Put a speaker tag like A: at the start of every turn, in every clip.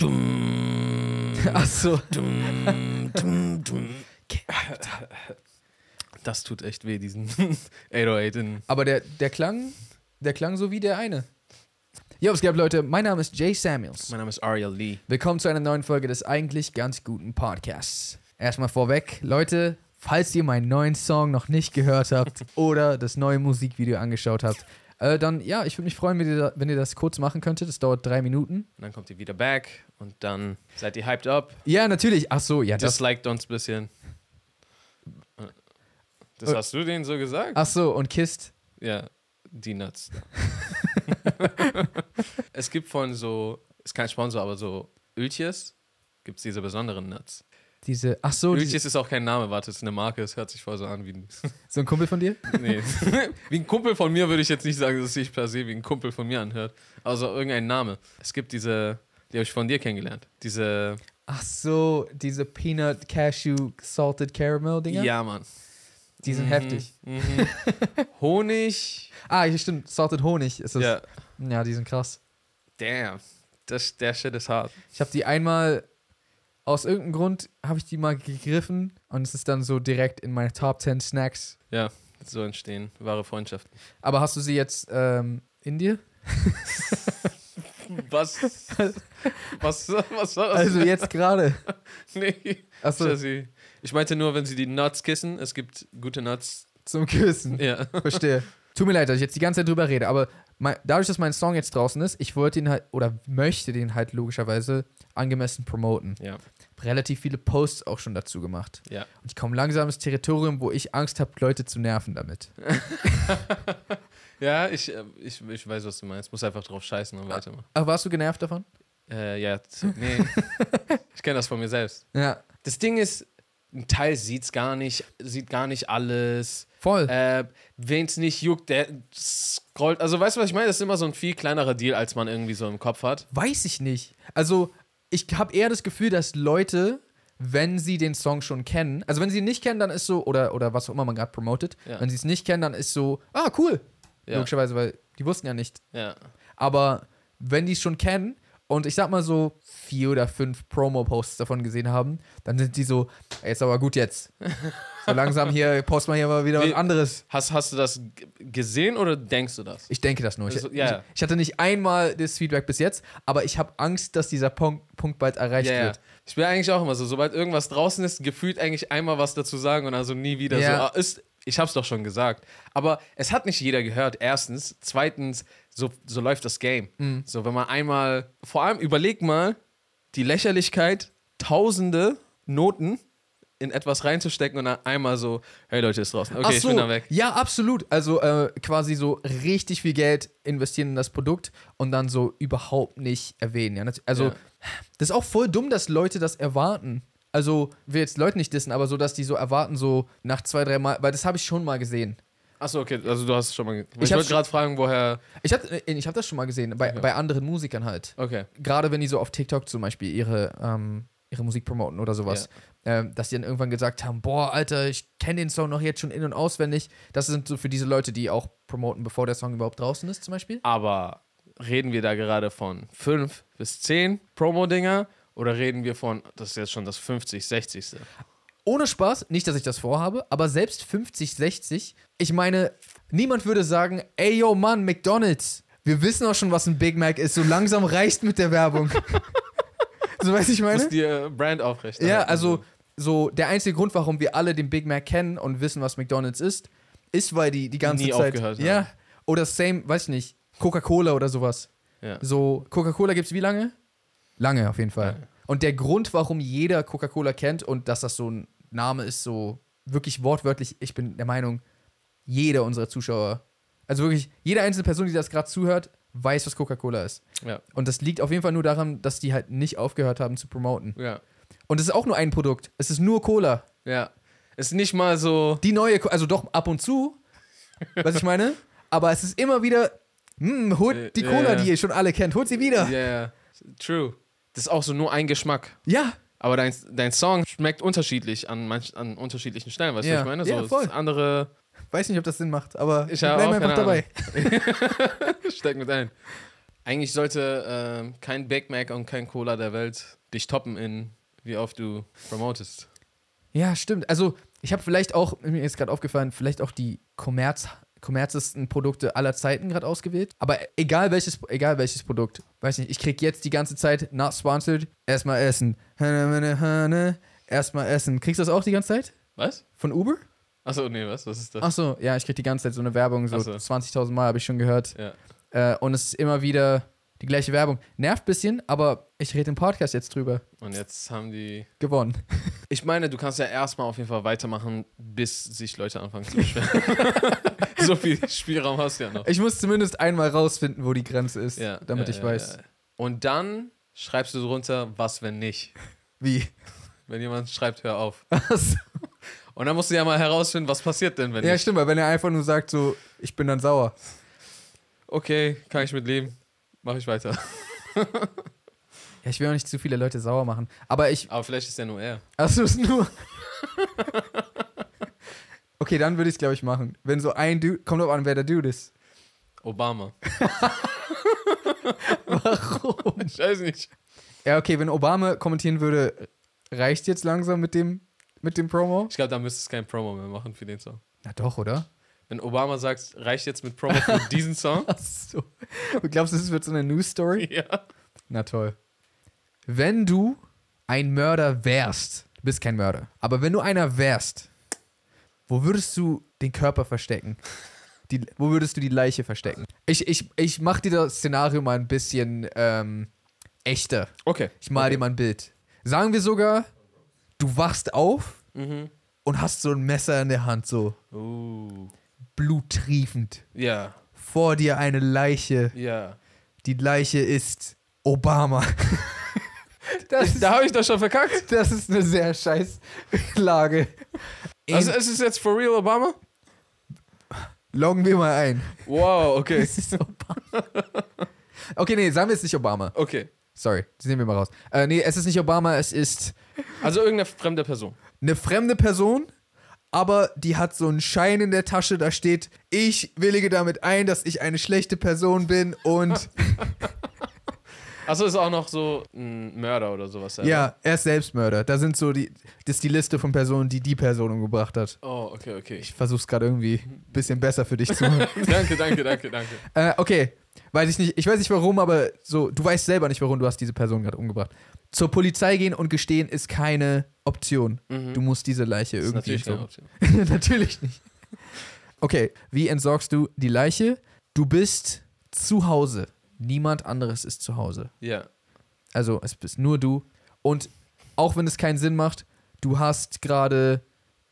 A: Ach so.
B: Dum, dum, dum. Das tut echt weh, diesen 808 in.
A: Aber der, der klang, der klang so wie der eine. Jo, was geht ab, Leute? Mein Name ist Jay Samuels.
B: Mein Name ist Ariel Lee.
A: Willkommen zu einer neuen Folge des eigentlich ganz guten Podcasts. Erstmal vorweg, Leute, falls ihr meinen neuen Song noch nicht gehört habt oder das neue Musikvideo angeschaut habt, äh, dann ja, ich würde mich freuen, wenn ihr, da, wenn ihr das kurz machen könntet. Das dauert drei Minuten.
B: Und dann kommt ihr wieder back und dann seid ihr hyped up.
A: Ja, natürlich. Ach so, ja, das.
B: Disliked uns ein bisschen. Das hast du denen so gesagt?
A: Ach so, und Kist.
B: Ja, die Nuts. es gibt von so, ist kein Sponsor, aber so Öltjes gibt es diese besonderen Nuts.
A: Diese, ach so, diese,
B: Öltjes ist auch kein Name, warte, es ist eine Marke, es hört sich voll so an wie ein.
A: so ein Kumpel von dir?
B: Nee. wie ein Kumpel von mir würde ich jetzt nicht sagen, dass es sich per se wie ein Kumpel von mir anhört. Also irgendein Name. Es gibt diese, die habe ich von dir kennengelernt. Diese.
A: Ach so, diese Peanut Cashew Salted Caramel Dinger?
B: Ja, Mann.
A: Die sind
B: Mhm,
A: heftig.
B: mhm. Honig.
A: Ah, hier stimmt, Salted Honig ist das.
B: Ja.
A: ja die sind krass.
B: Damn. Das, der Shit ist hart.
A: Ich habe die einmal, aus irgendeinem Grund habe ich die mal gegriffen und es ist dann so direkt in meine Top 10 Snacks.
B: Ja, so entstehen wahre Freundschaften.
A: Aber hast du sie jetzt ähm, in dir?
B: Was? Was, was war das?
A: Also jetzt gerade.
B: nee.
A: Achso,
B: Jesse. Ich meinte nur, wenn sie die Nuts kissen, es gibt gute Nuts.
A: zum Küssen.
B: Ja.
A: Verstehe. Tut mir leid, dass ich jetzt die ganze Zeit drüber rede, aber mein, dadurch, dass mein Song jetzt draußen ist, ich wollte ihn halt oder möchte den halt logischerweise angemessen promoten.
B: Ja.
A: Relativ viele Posts auch schon dazu gemacht.
B: Ja.
A: Und ich komme langsam ins Territorium, wo ich Angst habe, Leute zu nerven damit.
B: Ja, ich, äh, ich, ich weiß, was du meinst. Muss einfach drauf scheißen und weitermachen.
A: Aber warst du genervt davon?
B: Äh, ja, so, nee. ich kenne das von mir selbst.
A: Ja.
B: Das Ding ist, ein Teil sieht's gar nicht, sieht gar nicht alles.
A: Voll.
B: Äh, wen's nicht juckt, der scrollt. Also weißt du, was ich meine? Das ist immer so ein viel kleinerer Deal, als man irgendwie so im Kopf hat.
A: Weiß ich nicht. Also, ich habe eher das Gefühl, dass Leute, wenn sie den Song schon kennen, also wenn sie ihn nicht kennen, dann ist so, oder, oder was auch immer man gerade promotet,
B: Ja.
A: wenn sie es nicht kennen, dann ist so, ah, cool.
B: Ja.
A: Logischerweise, weil die wussten ja nicht.
B: Ja.
A: Aber wenn die es schon kennen und ich sag mal so vier oder fünf Promo-Posts davon gesehen haben, dann sind die so, ey, ist aber gut jetzt. So langsam hier, post mal hier mal wieder was
B: Wie-
A: anderes.
B: Hast, hast du das g- gesehen oder denkst du das?
A: Ich denke das nur. Ich,
B: Also, ja.
A: ich, ich hatte nicht einmal das Feedback bis jetzt, aber ich habe Angst, dass dieser Punkt, Punkt bald erreicht
B: Ja, ja.
A: wird.
B: Ich bin eigentlich auch immer so, sobald irgendwas draußen ist, gefühlt eigentlich einmal was dazu sagen und also nie wieder
A: Ja.
B: so. Ah, ist, ich hab's doch schon gesagt. Aber es hat nicht jeder gehört, erstens. Zweitens, so, so läuft das Game. So, wenn man einmal, vor allem überleg mal, die Lächerlichkeit, tausende Noten in etwas reinzustecken und dann einmal so, hey Leute, ist draußen. Okay,
A: Ach
B: ich
A: so,
B: bin da weg.
A: Ja, absolut. Also äh, quasi so richtig viel Geld investieren in das Produkt und dann so überhaupt nicht erwähnen. Ja, nat- also
B: Ja.
A: das ist auch voll dumm, dass Leute das erwarten. Also will jetzt Leute nicht dissen, aber so, dass die so erwarten, so nach zwei, drei Mal, weil das habe ich schon mal gesehen.
B: Achso, okay, also du hast es schon mal. ge-
A: Ich
B: Ich,
A: hab's
B: wollte gerade fragen, woher.
A: Ich habe ich hab das schon mal gesehen, bei,
B: Okay.
A: bei anderen Musikern halt.
B: Okay.
A: gerade wenn die so auf TikTok zum Beispiel ihre, ähm, ihre Musik promoten oder sowas, ähm, dass die dann irgendwann gesagt haben, boah, Alter, ich kenne den Song noch jetzt schon in- und auswendig. Das sind so für diese Leute, die auch promoten, bevor der Song überhaupt draußen ist zum Beispiel.
B: Aber reden wir da gerade von 5 bis 10 Promo-Dinger oder reden wir von, das ist jetzt schon das 50, 60.
A: Ohne Spaß, nicht, dass ich das vorhabe, aber selbst 50, 60, ich meine, niemand würde sagen, ey, yo, Mann, McDonald's, wir wissen auch schon, was ein Big Mac ist, so langsam reicht mit der Werbung. so weiß ich meine?
B: Muss dir Brand aufrecht.
A: Ja, also äh, so der einzige Grund, warum wir alle den Big Mac kennen und wissen, was McDonald's ist, ist, weil die die ganze
B: Nie
A: Zeit
B: aufgehört haben.
A: ja oder same, weiß ich nicht, Coca-Cola oder sowas.
B: Ja.
A: So Coca-Cola gibt's wie lange? Lange auf jeden Fall. Und der Grund, warum jeder Coca-Cola kennt und dass das so ein Name ist, so wirklich wortwörtlich, ich bin der Meinung, jeder unserer Zuschauer, also wirklich jede einzelne Person, die das gerade zuhört, weiß, was Coca-Cola ist.
B: Ja.
A: Und das liegt auf jeden Fall nur daran, dass die halt nicht aufgehört haben zu promoten.
B: ja.
A: Und es ist auch nur ein Produkt. Es ist nur Cola.
B: Ja. Ist nicht mal so.
A: Die neue, Co also doch ab und zu, was ich meine. Aber es ist immer wieder, hm,
B: Äh,
A: holt die
B: ja,
A: Cola,
B: ja.
A: die ihr schon alle kennt, holt sie wieder.
B: Ja, yeah. true. Das ist auch so nur ein Geschmack.
A: Ja,
B: Aber dein, dein Song schmeckt unterschiedlich an, manch, an unterschiedlichen Stellen, weißt du,
A: Ja.
B: was ich meine? So
A: Ja, voll.
B: es ist andere
A: weiß nicht, ob das Sinn macht, aber
B: Ich hab
A: bleiben
B: auch
A: einfach
B: keine
A: dabei.
B: stecken mit ein. Eigentlich sollte ähm, kein Big Mac und kein Cola der Welt dich toppen in wie oft du promotest.
A: Ja, stimmt. Also, ich habe vielleicht auch, mir ist gerade aufgefallen, vielleicht auch die Kommerz, kommerzesten Produkte aller Zeiten gerade ausgewählt. Aber egal welches, egal welches Produkt, weiß nicht, ich krieg jetzt die ganze Zeit, not sponsored, erstmal essen. Erstmal essen. Kriegst du das auch die ganze Zeit?
B: Was?
A: Von Uber?
B: Achso, nee, was? Was ist das?
A: Achso, ja, ich krieg die ganze Zeit so eine Werbung, so,
B: Ach so.
A: 20.000 Mal habe ich schon gehört.
B: Ja.
A: Äh, und es ist immer wieder die gleiche Werbung. Nervt ein bisschen, aber ich rede im Podcast jetzt drüber.
B: Und jetzt haben die.
A: Gewonnen.
B: Ich meine, du kannst ja erstmal auf jeden Fall weitermachen, bis sich Leute anfangen zu beschweren. so viel Spielraum hast du ja noch.
A: Ich muss zumindest einmal rausfinden, wo die Grenze ist,
B: Ja,
A: damit
B: ja,
A: ich
B: ja,
A: weiß,
B: ja. Und dann schreibst du drunter, was, wenn nicht.
A: wie.
B: Wenn jemand schreibt, hör auf.
A: Was?
B: Und dann musst du ja mal herausfinden, was passiert denn, wenn
A: Ja,
B: nicht.
A: stimmt, weil wenn er einfach nur sagt, so, ich bin dann sauer.
B: Okay, kann ich mit leben. Mach ich weiter.
A: Ja, ich will auch nicht zu viele Leute sauer machen. Aber ich.
B: Aber vielleicht ist ja nur er.
A: Achso, ist nur. okay, dann würde ich es, glaube ich, machen. Wenn so ein Dude. Kommt drauf an, wer der Dude ist.
B: Obama.
A: Warum?
B: Ich weiß nicht.
A: ja, okay, wenn Obama kommentieren würde, reicht jetzt langsam mit dem, mit dem Promo?
B: Ich glaube, da müsstest du kein Promo mehr machen für den Song.
A: Na doch, oder?
B: Wenn Obama sagt, reicht jetzt mit Promo für diesen Song?
A: Achso. Du glaubst, es wird so eine News-Story?
B: ja.
A: Na toll. Wenn du ein Mörder wärst, du bist kein Mörder, aber wenn du einer wärst, wo würdest du den Körper verstecken? Die, wo würdest du die Leiche verstecken? Ich, ich, ich mach dir das Szenario mal ein bisschen ähm, echter.
B: Okay.
A: Ich mal dir mal ein Bild. Sagen wir sogar, du wachst auf
B: Mhm.
A: und hast so ein Messer in der Hand, so
B: Uh.
A: bluttriefend.
B: Ja,
A: Vor dir eine Leiche.
B: ja.
A: Die Leiche ist Obama. das ist
B: Da habe ich das schon verkackt.
A: Das ist eine sehr scheiß Lage.
B: Also,
A: In-
B: es ist jetzt for real Obama?
A: Loggen wir mal ein.
B: Wow, okay.
A: Es ist Obama. Okay, nee, sagen wir es nicht Obama.
B: Okay.
A: Sorry, das nehmen wir mal raus. Äh, nee, es ist nicht Obama, es ist
B: Also irgendeine fremde Person.
A: eine fremde Person, aber die hat so einen Schein in der Tasche, da steht, ich willige damit ein, dass ich eine schlechte Person bin und
B: Also ist auch noch so ein Mörder oder sowas. selber.
A: ja, er ist Selbstmörder. Da sind so die, das ist die Liste von Personen, die die Person umgebracht hat.
B: Oh, okay, okay.
A: Ich versuch's gerade irgendwie ein bisschen besser für dich zu machen.
B: danke, danke, danke, danke.
A: Äh, okay. Weiß ich nicht. Ich weiß nicht warum, aber so, du weißt selber nicht, warum du hast diese Person gerade umgebracht. Zur Polizei gehen und gestehen ist keine Option. Du musst diese Leiche
B: Mhm. Das ist natürlich
A: irgendwie
B: keine
A: so.
B: Option.
A: natürlich nicht. Okay, wie entsorgst du die Leiche? Du bist zu Hause. Niemand anderes ist zu Hause.
B: Ja.
A: Also es bist nur du. Und auch wenn es keinen Sinn macht, du hast gerade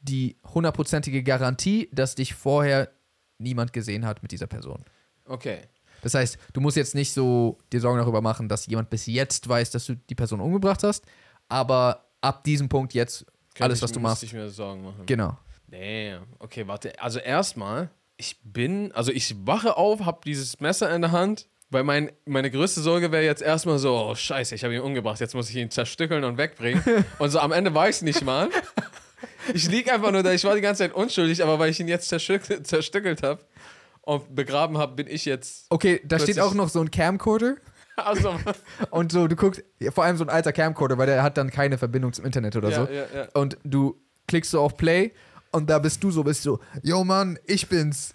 A: die hundertprozentige Garantie, dass dich vorher niemand gesehen hat mit dieser Person.
B: Okay.
A: Das heißt, du musst jetzt nicht so dir Sorgen darüber machen, dass jemand bis jetzt weiß, dass du die Person umgebracht hast, aber ab diesem Punkt jetzt
B: Könnte
A: alles,
B: ich-
A: was du
B: müsste
A: machst.
B: ich mir Sorgen machen.
A: Genau.
B: Damn. Okay, warte. Also erstmal, ich bin, also ich wache auf, habe dieses Messer in der Hand, weil mein, meine größte Sorge wäre jetzt erstmal so, oh scheiße, ich habe ihn umgebracht, jetzt muss ich ihn zerstückeln und wegbringen. und so am Ende war ich es nicht mal. Ich lieg einfach nur da, ich war die ganze Zeit unschuldig, aber weil ich ihn jetzt zerstückelt, zerstückelt habe und begraben habe, bin ich jetzt.
A: Okay, da
B: Plötzlich-
A: steht auch noch so ein Camcorder
B: Also,
A: und so, du guckst, ja, vor allem so ein alter Camcorder, weil der hat dann keine Verbindung zum Internet oder
B: ja,
A: so.
B: ja, ja.
A: Und du klickst so auf Play und da bist du so, bist so, yo Mann, ich bin's.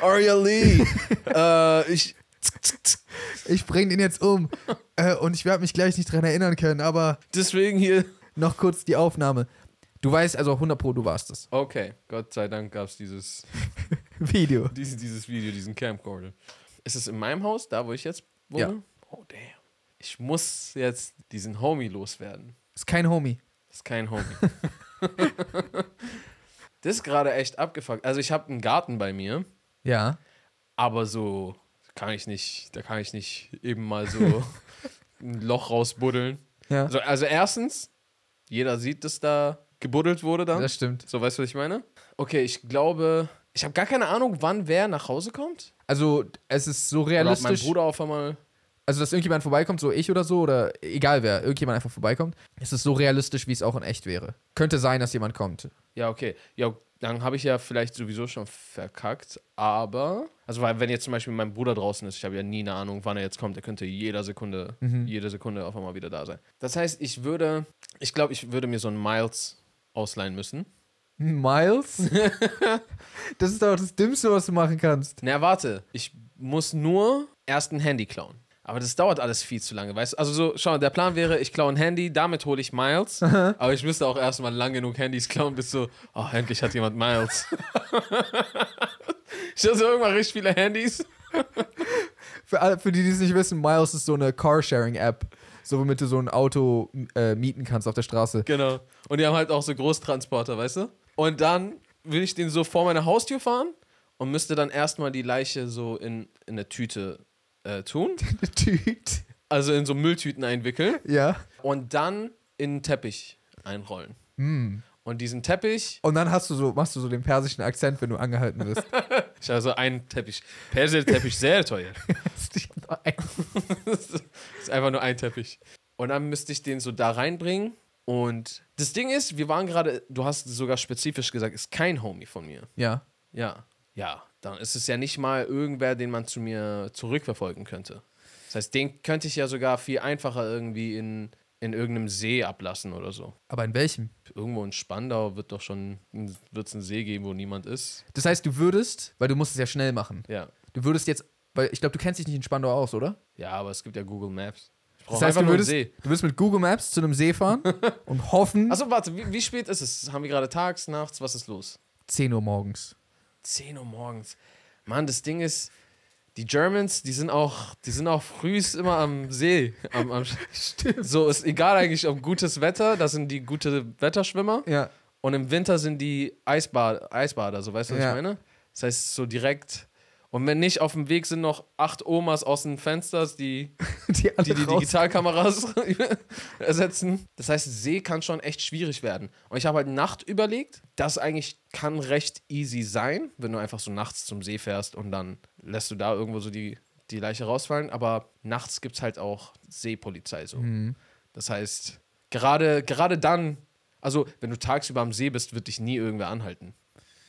B: Aria Lee. äh, ich.
A: Ich bring den jetzt um. äh, und ich werde mich gleich nicht dran erinnern können, aber
B: Deswegen hier.
A: noch kurz die Aufnahme. Du weißt also 100 Pro, du warst es.
B: Okay, Gott sei Dank gab es dieses
A: Video.
B: dieses, dieses Video, diesen Camcorder. Ist es in meinem Haus, da wo ich jetzt wohne?
A: Ja.
B: Oh, damn. Ich muss jetzt diesen Homie loswerden.
A: Ist kein Homie.
B: Das ist kein Homie. das ist gerade echt abgefuckt. Also ich habe einen Garten bei mir,
A: Ja.
B: aber so kann ich nicht, da kann ich nicht eben mal so ein Loch rausbuddeln.
A: Ja.
B: Also, also erstens, jeder sieht, dass da gebuddelt wurde dann.
A: Das stimmt.
B: So, weißt du, was ich meine? Okay, ich glaube, ich habe gar keine Ahnung, wann wer nach Hause kommt.
A: Also, es ist
B: Oder
A: so
B: ob mein
A: realistisch.
B: Bruder auf einmal.
A: Also, dass irgendjemand vorbeikommt, so ich oder so, oder egal wer, irgendjemand einfach vorbeikommt. Es ist so realistisch, wie es auch in echt wäre. Könnte sein, dass jemand kommt.
B: Ja, okay. Ja, dann habe ich ja vielleicht sowieso schon verkackt, aber, also weil wenn jetzt zum Beispiel mein Bruder draußen ist, ich habe ja nie eine Ahnung, wann er jetzt kommt, er könnte jeder Sekunde, jede Sekunde auf einmal wieder da sein. Das heißt, ich würde, ich glaube, ich würde mir so einen Miles ausleihen müssen.
A: Miles? das ist doch das Dümmste, was du machen kannst.
B: Na, warte, ich muss nur erst ein Handy klauen. Aber das dauert alles viel zu lange, weißt du? Also so, schau, der Plan wäre, ich klaue ein Handy, damit hole ich Miles. aber ich müsste auch erstmal lang genug Handys klauen, bis so, oh, endlich hat jemand Miles. ich hatte irgendwann richtig viele Handys.
A: Für, alle, für die, die es nicht wissen, Miles ist so eine Carsharing-App. So, womit du so ein Auto äh, mieten kannst auf der Straße.
B: Genau. Und die haben halt auch so Großtransporter, weißt du? Und dann will ich den so vor meine Haustür fahren und müsste dann erstmal die Leiche so in, in eine Tüte äh, tun.
A: Dude.
B: Also in so Mülltüten einwickeln.
A: Ja.
B: und dann in einen Teppich einrollen. Und diesen Teppich,
A: Und dann hast du so, machst du so den persischen Akzent, wenn du angehalten wirst.
B: ich also einen Teppich. Perserteppich sehr teuer. das ist einfach nur ein Teppich. Und dann müsste ich den so da reinbringen. Und das Ding ist, wir waren gerade, du hast sogar spezifisch gesagt, ist kein Homie von mir.
A: ja.
B: Ja. Ja, dann ist es ja nicht mal irgendwer, den man zu mir zurückverfolgen könnte. Das heißt, den könnte ich ja sogar viel einfacher irgendwie in, in irgendeinem See ablassen oder so.
A: Aber in welchem?
B: Irgendwo in Spandau wird doch schon wird es einen See geben, wo niemand ist.
A: Das heißt, du würdest, weil du musst es ja schnell machen.
B: Ja.
A: Du würdest jetzt, weil ich glaube, du kennst dich nicht in Spandau aus, oder?
B: Ja, aber es gibt ja Google Maps. Ich brauche
A: Das heißt,
B: einfach
A: du
B: nur einen
A: würdest,
B: See.
A: du würdest mit Google Maps zu einem See fahren und hoffen,
B: Achso, warte, wie, wie spät ist es? Haben wir gerade tags, nachts, was ist los?
A: 10 Uhr morgens.
B: 10 Uhr morgens. Mann, das Ding ist, die Germans, die sind auch, die sind auch frühs immer am See. Am, am Stimmt. So, ist egal eigentlich, ob gutes Wetter, das sind die gute Wetterschwimmer.
A: Ja.
B: Und im Winter sind die Eisbad Eisbader, so weißt du, was
A: Ja.
B: ich meine? Das heißt, so direkt. Und wenn nicht, auf dem Weg sind noch acht Omas aus den Fensters, die
A: Die, alle
B: die, die
A: raus-
B: Digitalkameras ersetzen. Das heißt, See kann schon echt schwierig werden. Und ich habe halt Nacht überlegt, das eigentlich kann recht easy sein, wenn du einfach so nachts zum See fährst und dann lässt du da irgendwo so die, die Leiche rausfallen. Aber nachts gibt es halt auch Seepolizei so.
A: Mhm.
B: Das heißt, gerade, gerade dann, also wenn du tagsüber am See bist, wird dich nie irgendwer anhalten.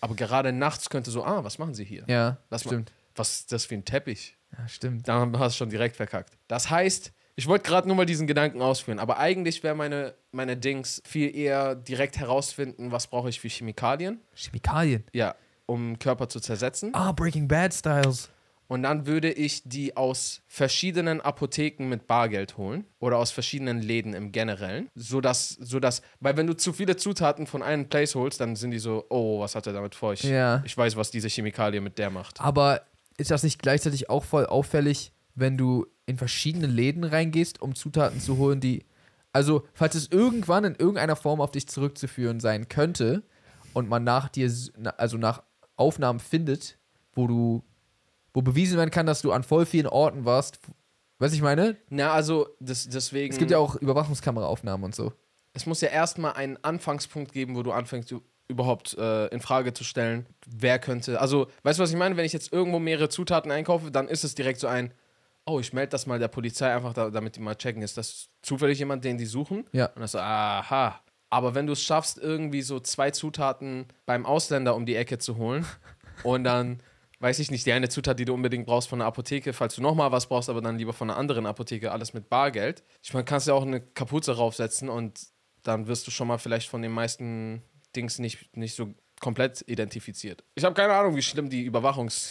B: Aber gerade nachts könnte so, ah, was machen sie hier?
A: Ja,
B: Lass mal-
A: stimmt.
B: Was ist das für ein Teppich?
A: Ja, stimmt.
B: dann hast du schon direkt verkackt. Das heißt, ich wollte gerade nur mal diesen Gedanken ausführen, aber eigentlich wäre meine, meine Dings viel eher direkt herausfinden, was brauche ich für Chemikalien,
A: Chemikalien.
B: ja, um Körper zu zersetzen.
A: Ah, Breaking Bad Styles.
B: Und dann würde ich die aus verschiedenen Apotheken mit Bargeld holen oder aus verschiedenen Läden im Generellen, sodass, sodass, weil wenn du zu viele Zutaten von einem Place holst, dann sind die so, oh, was hat er damit vor? Ich,
A: Ja.
B: ich weiß, was diese Chemikalie mit der macht.
A: Aber ist das nicht gleichzeitig auch voll auffällig, wenn du in verschiedene Läden reingehst, um Zutaten zu holen, die. Also, falls es irgendwann in irgendeiner Form auf dich zurückzuführen sein könnte und man nach dir, s- na- also nach Aufnahmen findet, wo du, wo bewiesen werden kann, dass du an voll vielen Orten warst. Weißt du, ich meine?
B: Na, also, das, deswegen.
A: Es gibt ja auch Überwachungskameraaufnahmen und so.
B: es muss ja erstmal einen Anfangspunkt geben, wo du anfängst, du- überhaupt äh, in Frage zu stellen, wer könnte. Also, weißt du, was ich meine? Wenn ich jetzt irgendwo mehrere Zutaten einkaufe, dann ist es direkt so ein, oh, ich melde das mal der Polizei einfach, da, damit die mal checken, ist das zufällig jemand, den die suchen?
A: Ja.
B: Und das so, aha. Aber wenn du es schaffst, irgendwie so zwei Zutaten beim Ausländer um die Ecke zu holen und dann, weiß ich nicht, die eine Zutat, die du unbedingt brauchst von der Apotheke, falls du nochmal was brauchst, aber dann lieber von einer anderen Apotheke, alles mit Bargeld. Ich meine, kannst ja auch eine Kapuze raufsetzen und dann wirst du schon mal vielleicht von den meisten Dings nicht, nicht so komplett identifiziert. Ich habe keine Ahnung, wie schlimm die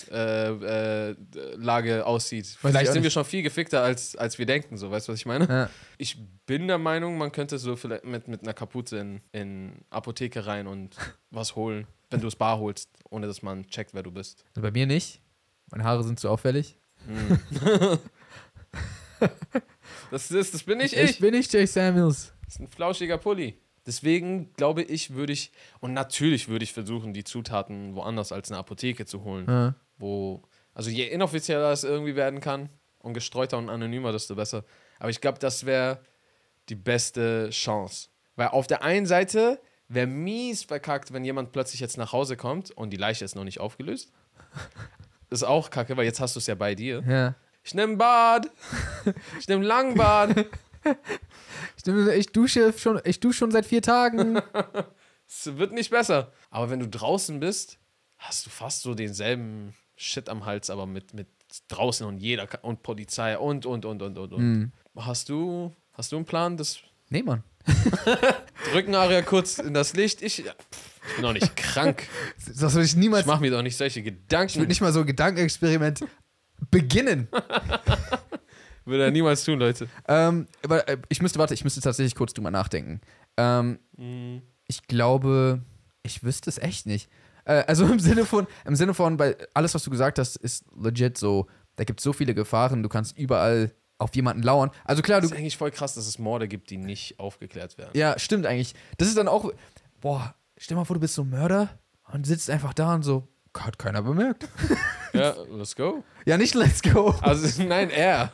B: Überwachungslage äh, äh, Lage aussieht.
A: ich
B: Vielleicht
A: auch
B: sind wir
A: nicht.
B: schon viel gefickter, als, als wir denken, so, weißt du, was ich meine?
A: Ja.
B: Ich bin der Meinung, man könnte so vielleicht mit, mit einer Kapuze in, in Apotheke rein und was holen, wenn du es bar holst, ohne dass man checkt, wer du bist.
A: Also bei mir nicht. Meine Haare sind zu auffällig.
B: Das, ist, das bin nicht ich.
A: bin nicht Jay Samuels.
B: Das ist ein flauschiger Pulli. Deswegen glaube ich, würde ich, und natürlich würde ich versuchen, die Zutaten woanders als in der Apotheke zu holen.
A: Ja.
B: Wo, also je inoffizieller es irgendwie werden kann und gestreuter und anonymer, desto besser. Aber ich glaube, das wäre die beste Chance. Weil auf der einen Seite wäre mies verkackt, wenn jemand plötzlich jetzt nach Hause kommt und die Leiche ist noch nicht aufgelöst. Ist auch kacke, weil jetzt hast du es ja bei dir.
A: ja.
B: Ich nehme Bad. Ich nehme Langbad.
A: Ich, ich, dusche schon, ich dusche schon seit vier Tagen.
B: Es wird nicht besser. Aber wenn du draußen bist, hast du fast so denselben Shit am Hals, aber mit, mit draußen und jeder ka- und Polizei und, und, und, und, und. und.
A: Mhm.
B: Hast du, hast du einen Plan? Das
A: Nee, Mann.
B: drücken Aria kurz in das Licht. Ich, ja, pff, ich bin doch nicht krank.
A: Das würde ich niemals.
B: Ich mach mir doch nicht solche
A: Ich würde
B: Gedanken.
A: nicht mal so ein Gedankenexperiment beginnen.
B: Würde er niemals tun, Leute.
A: Ähm, aber äh, ich müsste, warte, ich müsste tatsächlich kurz drüber nachdenken. Ähm,
B: Mhm.
A: Ich glaube, ich wüsste es echt nicht. Äh, also im Sinne von, im Sinne von, bei alles, was du gesagt hast, ist legit so. Da gibt es so viele Gefahren, du kannst überall auf jemanden lauern. Also klar, du.
B: Das ist eigentlich voll krass, dass es Morde gibt, die nicht aufgeklärt werden.
A: Ja, stimmt eigentlich. Das ist dann auch. Boah, stell mal vor, du bist so ein Mörder und sitzt einfach da und so. Hat keiner bemerkt.
B: Ja, let's go.
A: Ja, nicht let's go.
B: Also, nein, er.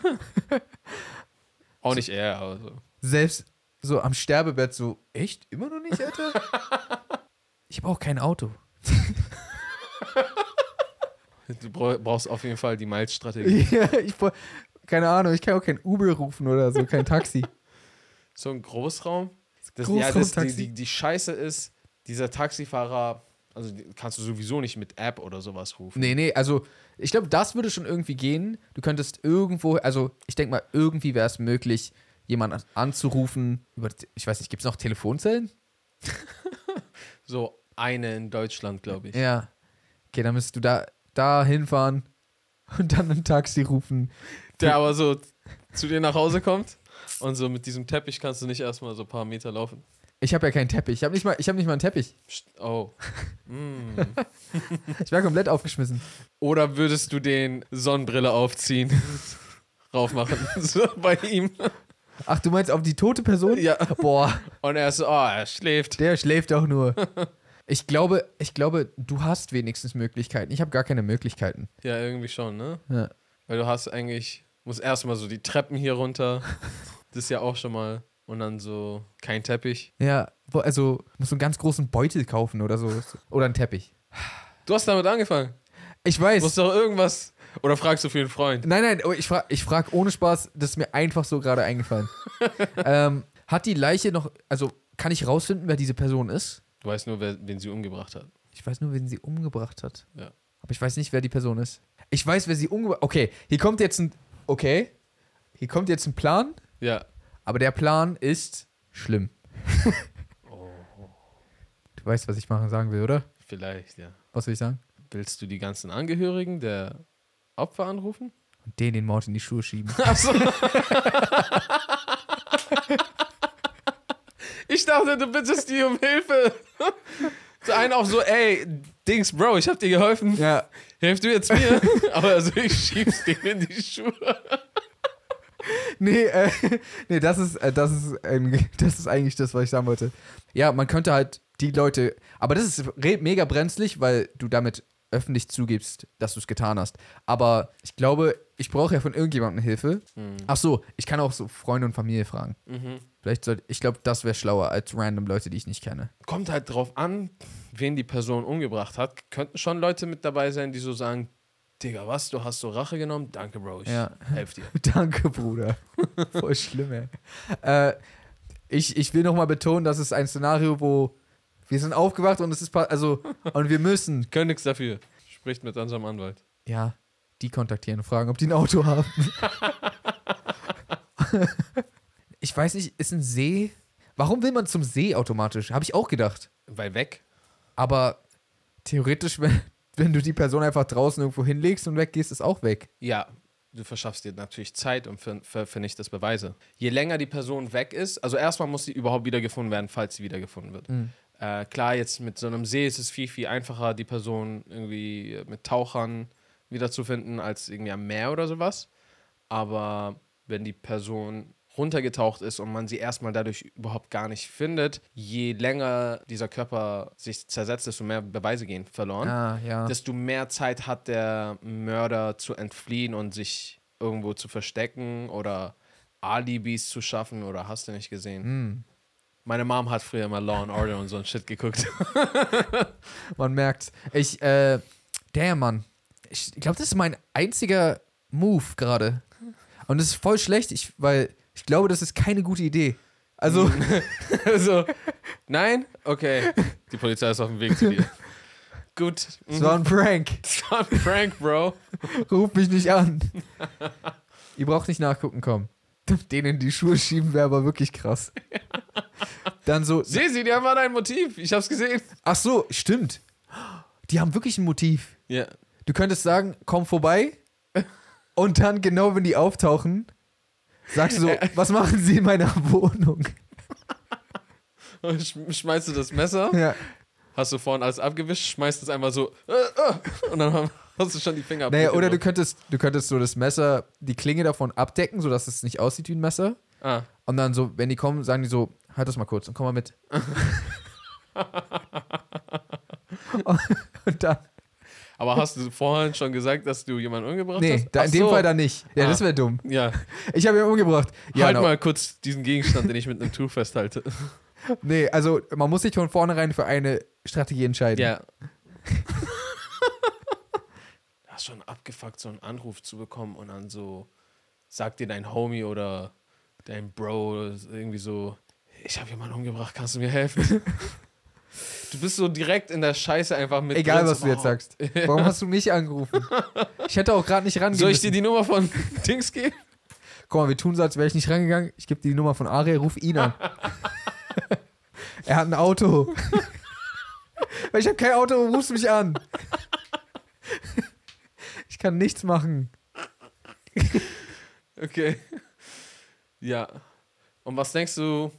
B: Auch nicht er, also. aber so.
A: selbst so am Sterbebett so, echt? Immer noch nicht, Alter? ich habe auch kein Auto.
B: Du brau- brauchst auf jeden Fall die Miles-Strategie.
A: ja, ich brauch- keine Ahnung, ich kann auch kein Uber rufen oder so, kein Taxi.
B: So ein Großraum. Das, ja, das, die,
A: Großraumtaxi.
B: die, die Scheiße ist, dieser Taxifahrer, also die kannst du sowieso nicht mit App oder sowas rufen.
A: nee, nee, also ich glaube, das würde schon irgendwie gehen. Du könntest irgendwo, also ich denke mal, irgendwie wäre es möglich, jemanden anzurufen. Über, ich weiß nicht, gibt es noch Telefonzellen?
B: So eine in Deutschland, glaube ich.
A: Ja. Okay, dann müsstest du da, da hinfahren und dann ein Taxi rufen.
B: Der aber so zu dir nach Hause kommt und so mit diesem Teppich kannst du nicht erstmal so ein paar Meter laufen.
A: Ich habe ja keinen Teppich. Ich habe nicht, mal- ich hab nicht mal einen Teppich.
B: Psst, Oh. Mm.
A: Ich war komplett aufgeschmissen.
B: Oder würdest du den Sonnenbrille aufziehen? Raufmachen. So bei ihm.
A: Ach, du meinst auf die tote Person?
B: Ja.
A: Boah,
B: Und er ist so, oh, er schläft.
A: der schläft doch nur. Ich glaube, ich glaube, du hast wenigstens Möglichkeiten. Ich habe gar keine Möglichkeiten.
B: Ja, irgendwie schon, ne?
A: Ja.
B: Weil du hast eigentlich, musst erstmal so die Treppen hier runter. Das ist ja auch schon mal. Und dann so kein Teppich.
A: Ja, wo- also musst du einen ganz großen Beutel kaufen oder so. Oder einen Teppich.
B: Du hast damit angefangen.
A: Ich weiß.
B: Du musst doch irgendwas. Oder fragst du für einen Freund.
A: nein, nein, aber ich frage ich frag ohne Spaß, das ist mir einfach so gerade eingefallen. ähm, hat die Leiche noch, also kann ich rausfinden, wer diese Person ist?
B: Du weißt nur, wer, wen sie umgebracht hat.
A: Ich weiß nur, wen sie umgebracht hat.
B: Ja.
A: Aber ich weiß nicht, wer die Person ist. Ich weiß, wer sie umgebracht Okay, hier kommt jetzt ein. Okay. Hier kommt jetzt ein Plan.
B: Ja.
A: Aber der Plan ist schlimm. Du weißt, was ich machen sagen will, oder?
B: Vielleicht, ja.
A: Was will ich sagen?
B: Willst du die ganzen Angehörigen der Opfer anrufen?
A: Und den den Mord in die Schuhe schieben.
B: Ich dachte, du bittest die um Hilfe. So einen auch so, ey, Dings, Bro, ich hab dir geholfen.
A: ja.
B: Hilf du jetzt mir? Aber also ich schieb's dem in die Schuhe.
A: Nee, äh, nee, das ist, äh, das ist, ein, das ist eigentlich das, was ich sagen wollte. Ja, man könnte halt die Leute, aber das ist re- mega brenzlig, weil du damit öffentlich zugibst, dass du es getan hast. Aber ich glaube, ich brauche ja von irgendjemandem Hilfe. Ach so, ich kann auch so Freunde und Familie fragen. Vielleicht sollte, ich glaube, das wäre schlauer als random Leute, die ich nicht kenne.
B: Kommt halt drauf an, wen die Person umgebracht hat. Könnten schon Leute mit dabei sein, die so sagen, Digga, was, du hast so Rache genommen? Danke, Bro, ich
A: Ja.
B: helf dir.
A: Danke, Bruder. Voll schlimm, ey. Äh, ich, ich will nochmal betonen, das ist ein Szenario, wo wir sind aufgewacht und es ist, pa- also, und wir müssen
B: Können nix dafür. Spricht mit unserem Anwalt.
A: ja, die kontaktieren und fragen, ob die ein Auto haben. ich weiß nicht, ist ein See. Warum will man zum See automatisch? Habe ich auch gedacht.
B: Weil weg.
A: Aber theoretisch, wenn, wenn du die Person einfach draußen irgendwo hinlegst und weggehst, ist auch weg.
B: Ja, du verschaffst dir natürlich Zeit und ver ver vernichtest Beweise. Je länger die Person weg ist, also erstmal muss sie überhaupt wiedergefunden werden, falls sie wiedergefunden wird. Äh, klar, jetzt mit so einem See ist es viel, viel einfacher, die Person irgendwie mit Tauchern wiederzufinden, als irgendwie am Meer oder sowas. Aber wenn die Person runtergetaucht ist und man sie erstmal dadurch überhaupt gar nicht findet, je länger dieser Körper sich zersetzt, desto mehr Beweise gehen verloren
A: Ah, ja.
B: desto mehr Zeit hat der Mörder zu entfliehen und sich irgendwo zu verstecken oder Alibis zu schaffen oder hast du nicht gesehen. Meine Mom hat früher mal Law and Order und so ein Shit geguckt.
A: Man merkt. Ich, äh, der Mann. Ich glaube, das ist mein einziger Move gerade. Und das ist voll schlecht, ich, weil ich glaube, das ist keine gute Idee. Also,
B: so, nein? Okay. Die Polizei ist auf dem Weg zu dir. Gut.
A: Es war ein Prank.
B: Das war ein Prank, Bro.
A: Ruf mich nicht an. Ihr braucht nicht nachgucken, komm. Denen in die Schuhe schieben wäre aber wirklich krass. Dann so,
B: Seh sie, die haben alle ein Motiv. Ich hab's gesehen.
A: ach so, stimmt. Die haben wirklich ein Motiv.
B: Ja.
A: Du könntest sagen, komm vorbei. Und dann, genau wenn die auftauchen, sagst du so, was machen sie in meiner Wohnung?
B: Und sch- Schmeißt du das Messer,
A: Ja.
B: hast du vorhin alles abgewischt, schmeißt es einmal so äh, äh, und dann haben- hast du schon die Finger
A: Naja, oder du
B: abgewischt.
A: könntest, du könntest so das Messer, die Klinge davon abdecken, sodass es nicht aussieht wie ein Messer.
B: Ah.
A: Und dann so, wenn die kommen, sagen die so, halt das mal kurz und komm mal mit. und dann,
B: Aber hast du vorhin schon gesagt, dass du jemanden umgebracht hast?
A: nee, da, in
B: Ach
A: dem
B: so.
A: Fall dann nicht. Ja, das
B: Ah.
A: wäre dumm.
B: Ja,
A: Ich habe ihn umgebracht. Ja, genau.
B: halt
A: na-
B: mal kurz diesen Gegenstand, den ich mit einem Tuch festhalte.
A: Nee, also man muss sich von vornherein für eine Strategie entscheiden.
B: Ja. Du hast schon abgefuckt, so einen Anruf zu bekommen und dann so sagt dir dein Homie oder dein Bro oder irgendwie so, ich habe jemanden umgebracht, kannst du mir helfen? Du bist so direkt in der Scheiße einfach mit.
A: Egal,
B: drin,
A: was
B: so,
A: du jetzt
B: oh,
A: sagst. Warum hast du mich angerufen? Ich hätte auch gerade nicht rangehen
B: Soll ich dir
A: müssen.
B: die Nummer von Dings geben?
A: Guck mal, wir tun so, als wäre ich nicht rangegangen. Ich gebe dir die Nummer von Ariel, ruf ihn an. er hat ein Auto. Weil ich habe kein Auto, rufst mich an. ich kann nichts machen.
B: Okay. Ja. Und was denkst du,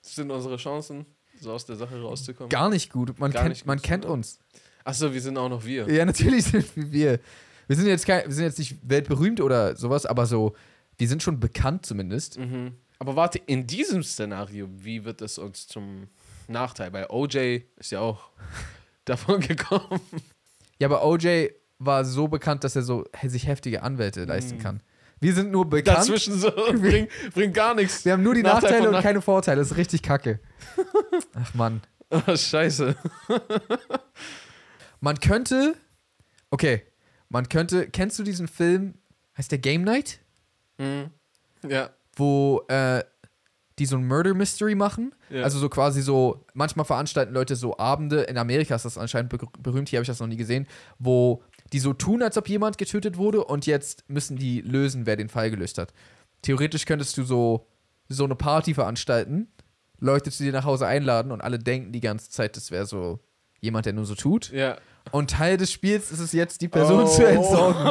B: sind unsere Chancen, so aus der Sache rauszukommen?
A: Gar nicht gut. Man
B: Gar
A: kennt,
B: nicht gut,
A: man kennt
B: oder?
A: uns.
B: Achso, wir sind auch noch wir.
A: Ja, natürlich sind wir wir. Wir sind jetzt kein, wir sind jetzt nicht weltberühmt oder sowas, aber so, wir sind schon bekannt zumindest.
B: Mhm. Aber warte, in diesem Szenario, wie wird es uns zum Nachteil? Bei OJ ist ja auch davon gekommen.
A: Ja, aber OJ war so bekannt, dass er so he- sich heftige Anwälte leisten kann. Wir sind nur bekannt.
B: Mhm. Dazwischen so, bringt bring gar nichts.
A: Wir haben nur die
B: Nachteil
A: Nachteile
B: von
A: und
B: Nach-
A: keine Vorteile. Das ist richtig kacke. Ach Mann.
B: Oh, scheiße.
A: Man könnte. Okay. Man könnte. Kennst du diesen Film? Heißt der Game Night?
B: Mhm. Ja.
A: Wo äh, die so ein Murder Mystery machen.
B: Ja.
A: Also so quasi so. Manchmal veranstalten Leute so Abende. In Amerika ist das anscheinend be berühmt. Hier habe ich das noch nie gesehen. Wo die so tun, als ob jemand getötet wurde. Und jetzt müssen die lösen, wer den Fall gelöst hat. Theoretisch könntest du so, so eine Party veranstalten. Leute zu dir nach Hause einladen und alle denken die ganze Zeit, das wäre so jemand, der nur so tut.
B: ja.
A: Und Teil des Spiels ist es jetzt, die Person
B: Oh.
A: zu entsorgen.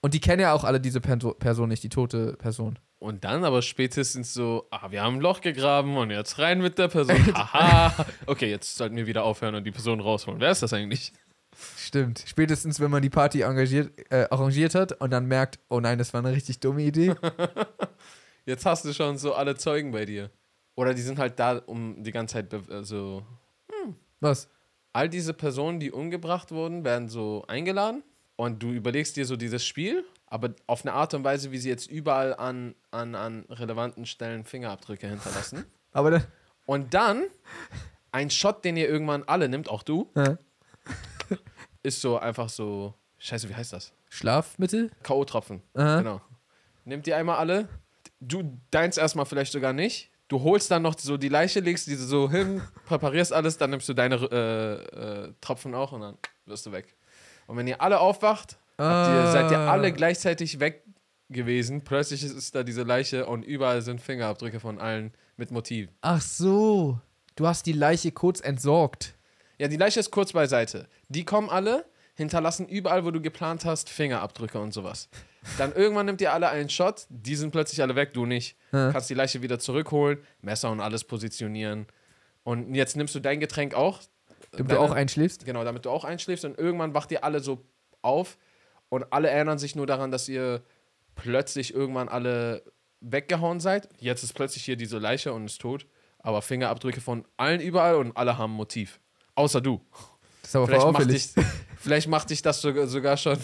A: Und die kennen ja auch alle diese Perso- Person nicht, die tote Person.
B: Und dann aber spätestens so, ah, wir haben ein Loch gegraben und jetzt rein mit der Person. Aha. Okay, jetzt sollten wir wieder aufhören und die Person rausholen. Wer ist das eigentlich?
A: Stimmt. Spätestens, wenn man die Party engagiert, äh, arrangiert hat und dann merkt, oh nein, das war eine richtig dumme Idee.
B: Jetzt hast du schon so alle Zeugen bei dir. Oder die sind halt da, um die ganze Zeit be- äh, so
A: Was?
B: all diese Personen, die umgebracht wurden, werden so eingeladen und du überlegst dir so dieses Spiel, aber auf eine Art und Weise, wie sie jetzt überall an, an, an relevanten Stellen Fingerabdrücke hinterlassen.
A: Aber dann.
B: Und dann ein Shot, den ihr irgendwann alle nimmt, auch du,
A: Äh,
B: ist so einfach so, scheiße, wie heißt das?
A: Schlafmittel?
B: K.O.-Tropfen.
A: Aha.
B: Genau. Nimmt ihr einmal alle. Du deins erstmal vielleicht sogar nicht. Du holst dann noch so die Leiche, legst diese so hin, präparierst alles, dann nimmst du deine äh, äh, Tropfen auch und dann wirst du weg. Und wenn ihr alle aufwacht, habt ihr,
A: Ah.
B: seid ihr alle gleichzeitig weg gewesen. Plötzlich ist- ist da diese Leiche und überall sind Fingerabdrücke von allen mit Motiv.
A: Ach so. Du hast die Leiche kurz entsorgt.
B: Ja, die Leiche ist kurz beiseite. Die kommen alle, hinterlassen überall, wo du geplant hast, Fingerabdrücke und sowas. Dann irgendwann nimmt ihr alle einen Shot, die sind plötzlich alle weg, du nicht.
A: Ja.
B: Kannst die Leiche wieder zurückholen, Messer und alles positionieren. Und jetzt nimmst du dein Getränk auch.
A: Damit du
B: deine-
A: auch einschläfst.
B: Genau, damit du auch einschläfst und irgendwann wacht ihr alle so auf und alle erinnern sich nur daran, dass ihr plötzlich irgendwann alle weggehauen seid. Jetzt ist plötzlich hier diese Leiche und ist tot, aber Fingerabdrücke von allen überall und alle haben ein Motiv. Außer du.
A: Das ist aber voll
B: Vielleicht macht,
A: auffällig.
B: dich, vielleicht macht dich das sogar, sogar schon.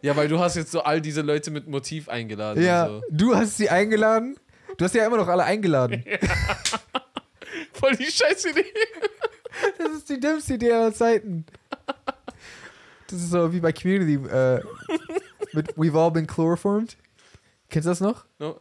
B: ja, weil du hast jetzt so all diese Leute mit Motiv eingeladen.
A: Ja,
B: So.
A: du hast sie eingeladen. Du hast ja immer noch alle eingeladen.
B: Voll die scheiße Idee.
A: Das ist die dümmste Idee aller Zeiten. Das ist so wie bei Community äh, mit We've All Been Chloroformed. Kennst du das noch?
B: No.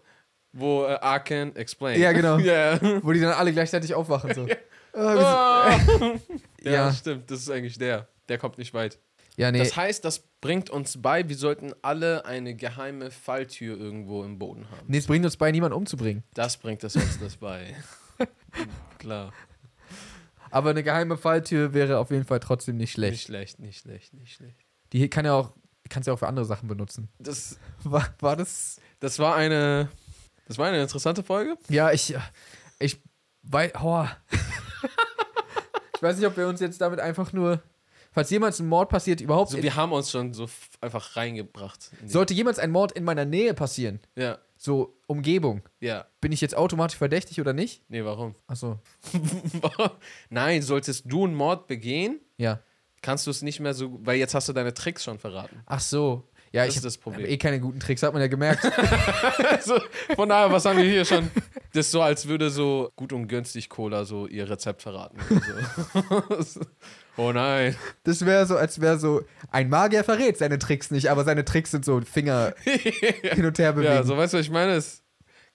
B: wo äh, I can explain.
A: Ja, genau.
B: ja.
A: Wo die dann alle gleichzeitig aufwachen. So. Äh, wir
B: Ah.
A: sind-
B: ja,
A: ja.
B: stimmt. Das ist eigentlich der. Der kommt nicht weit.
A: ja, nee.
B: Das heißt, das bringt uns bei, wir sollten alle eine geheime Falltür irgendwo im Boden haben.
A: Nee, es bringt uns bei, niemanden umzubringen.
B: Das bringt es uns das bei. Klar.
A: Aber eine geheime Falltür wäre auf jeden Fall trotzdem nicht
B: Nicht
A: schlecht.
B: schlecht, nicht schlecht, nicht schlecht.
A: Die kann ja auch, kannst ja auch für andere Sachen benutzen.
B: Das,
A: War, war das?
B: das war eine. Das war eine interessante Folge.
A: Ja, ich, ich, wei, oh. ich weiß nicht, ob wir uns jetzt damit einfach nur, falls jemals ein Mord passiert, überhaupt,
B: So, wir haben uns schon so f- einfach reingebracht. in die-
A: sollte jemals ein Mord in meiner Nähe passieren,
B: Ja,
A: so Umgebung,
B: ja.
A: bin ich jetzt automatisch verdächtig oder nicht?
B: Nee, warum?
A: Achso,
B: Nein, solltest du einen Mord begehen,
A: ja.
B: kannst du es nicht mehr so. Weil jetzt hast du deine Tricks schon verraten.
A: Ach so. Ja,
B: Das
A: ich
B: ist
A: habe
B: das Problem.
A: hab eh keine guten Tricks, hat man ja gemerkt.
B: Also, von daher, was haben wir hier schon? Das ist so, als würde so gut und günstig Cola so ihr Rezept verraten. oder So. oh nein.
A: Das wäre so, als wäre so, ein Magier verrät seine Tricks nicht, aber seine Tricks sind so Finger hin und her bewegen.
B: Ja, so weißt du, was ich meine? Es,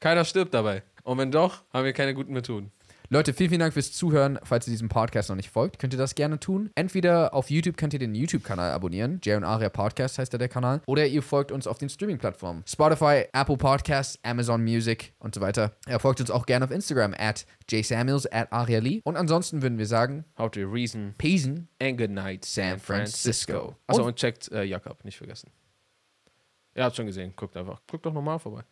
B: keiner stirbt dabei. Und wenn doch, haben wir keine guten Methoden.
A: Leute, vielen, vielen Dank fürs Zuhören. Falls ihr diesem Podcast noch nicht folgt, könnt ihr das gerne tun. Entweder auf YouTube könnt ihr den YouTube-Kanal abonnieren. Jay und Aria Podcast heißt ja der Kanal. Oder ihr folgt uns auf den Streaming-Plattformen. Spotify, Apple Podcasts, Amazon Music und so weiter. Ihr folgt uns auch gerne auf Instagram at jsamuels at Aria Lee. Und ansonsten würden wir sagen,
B: How to reason
A: Peace
B: and good night,
A: San Francisco.
B: Achso, und checkt äh, Jakob, nicht vergessen. Ihr habt schon gesehen, guckt einfach. Guckt doch nochmal vorbei.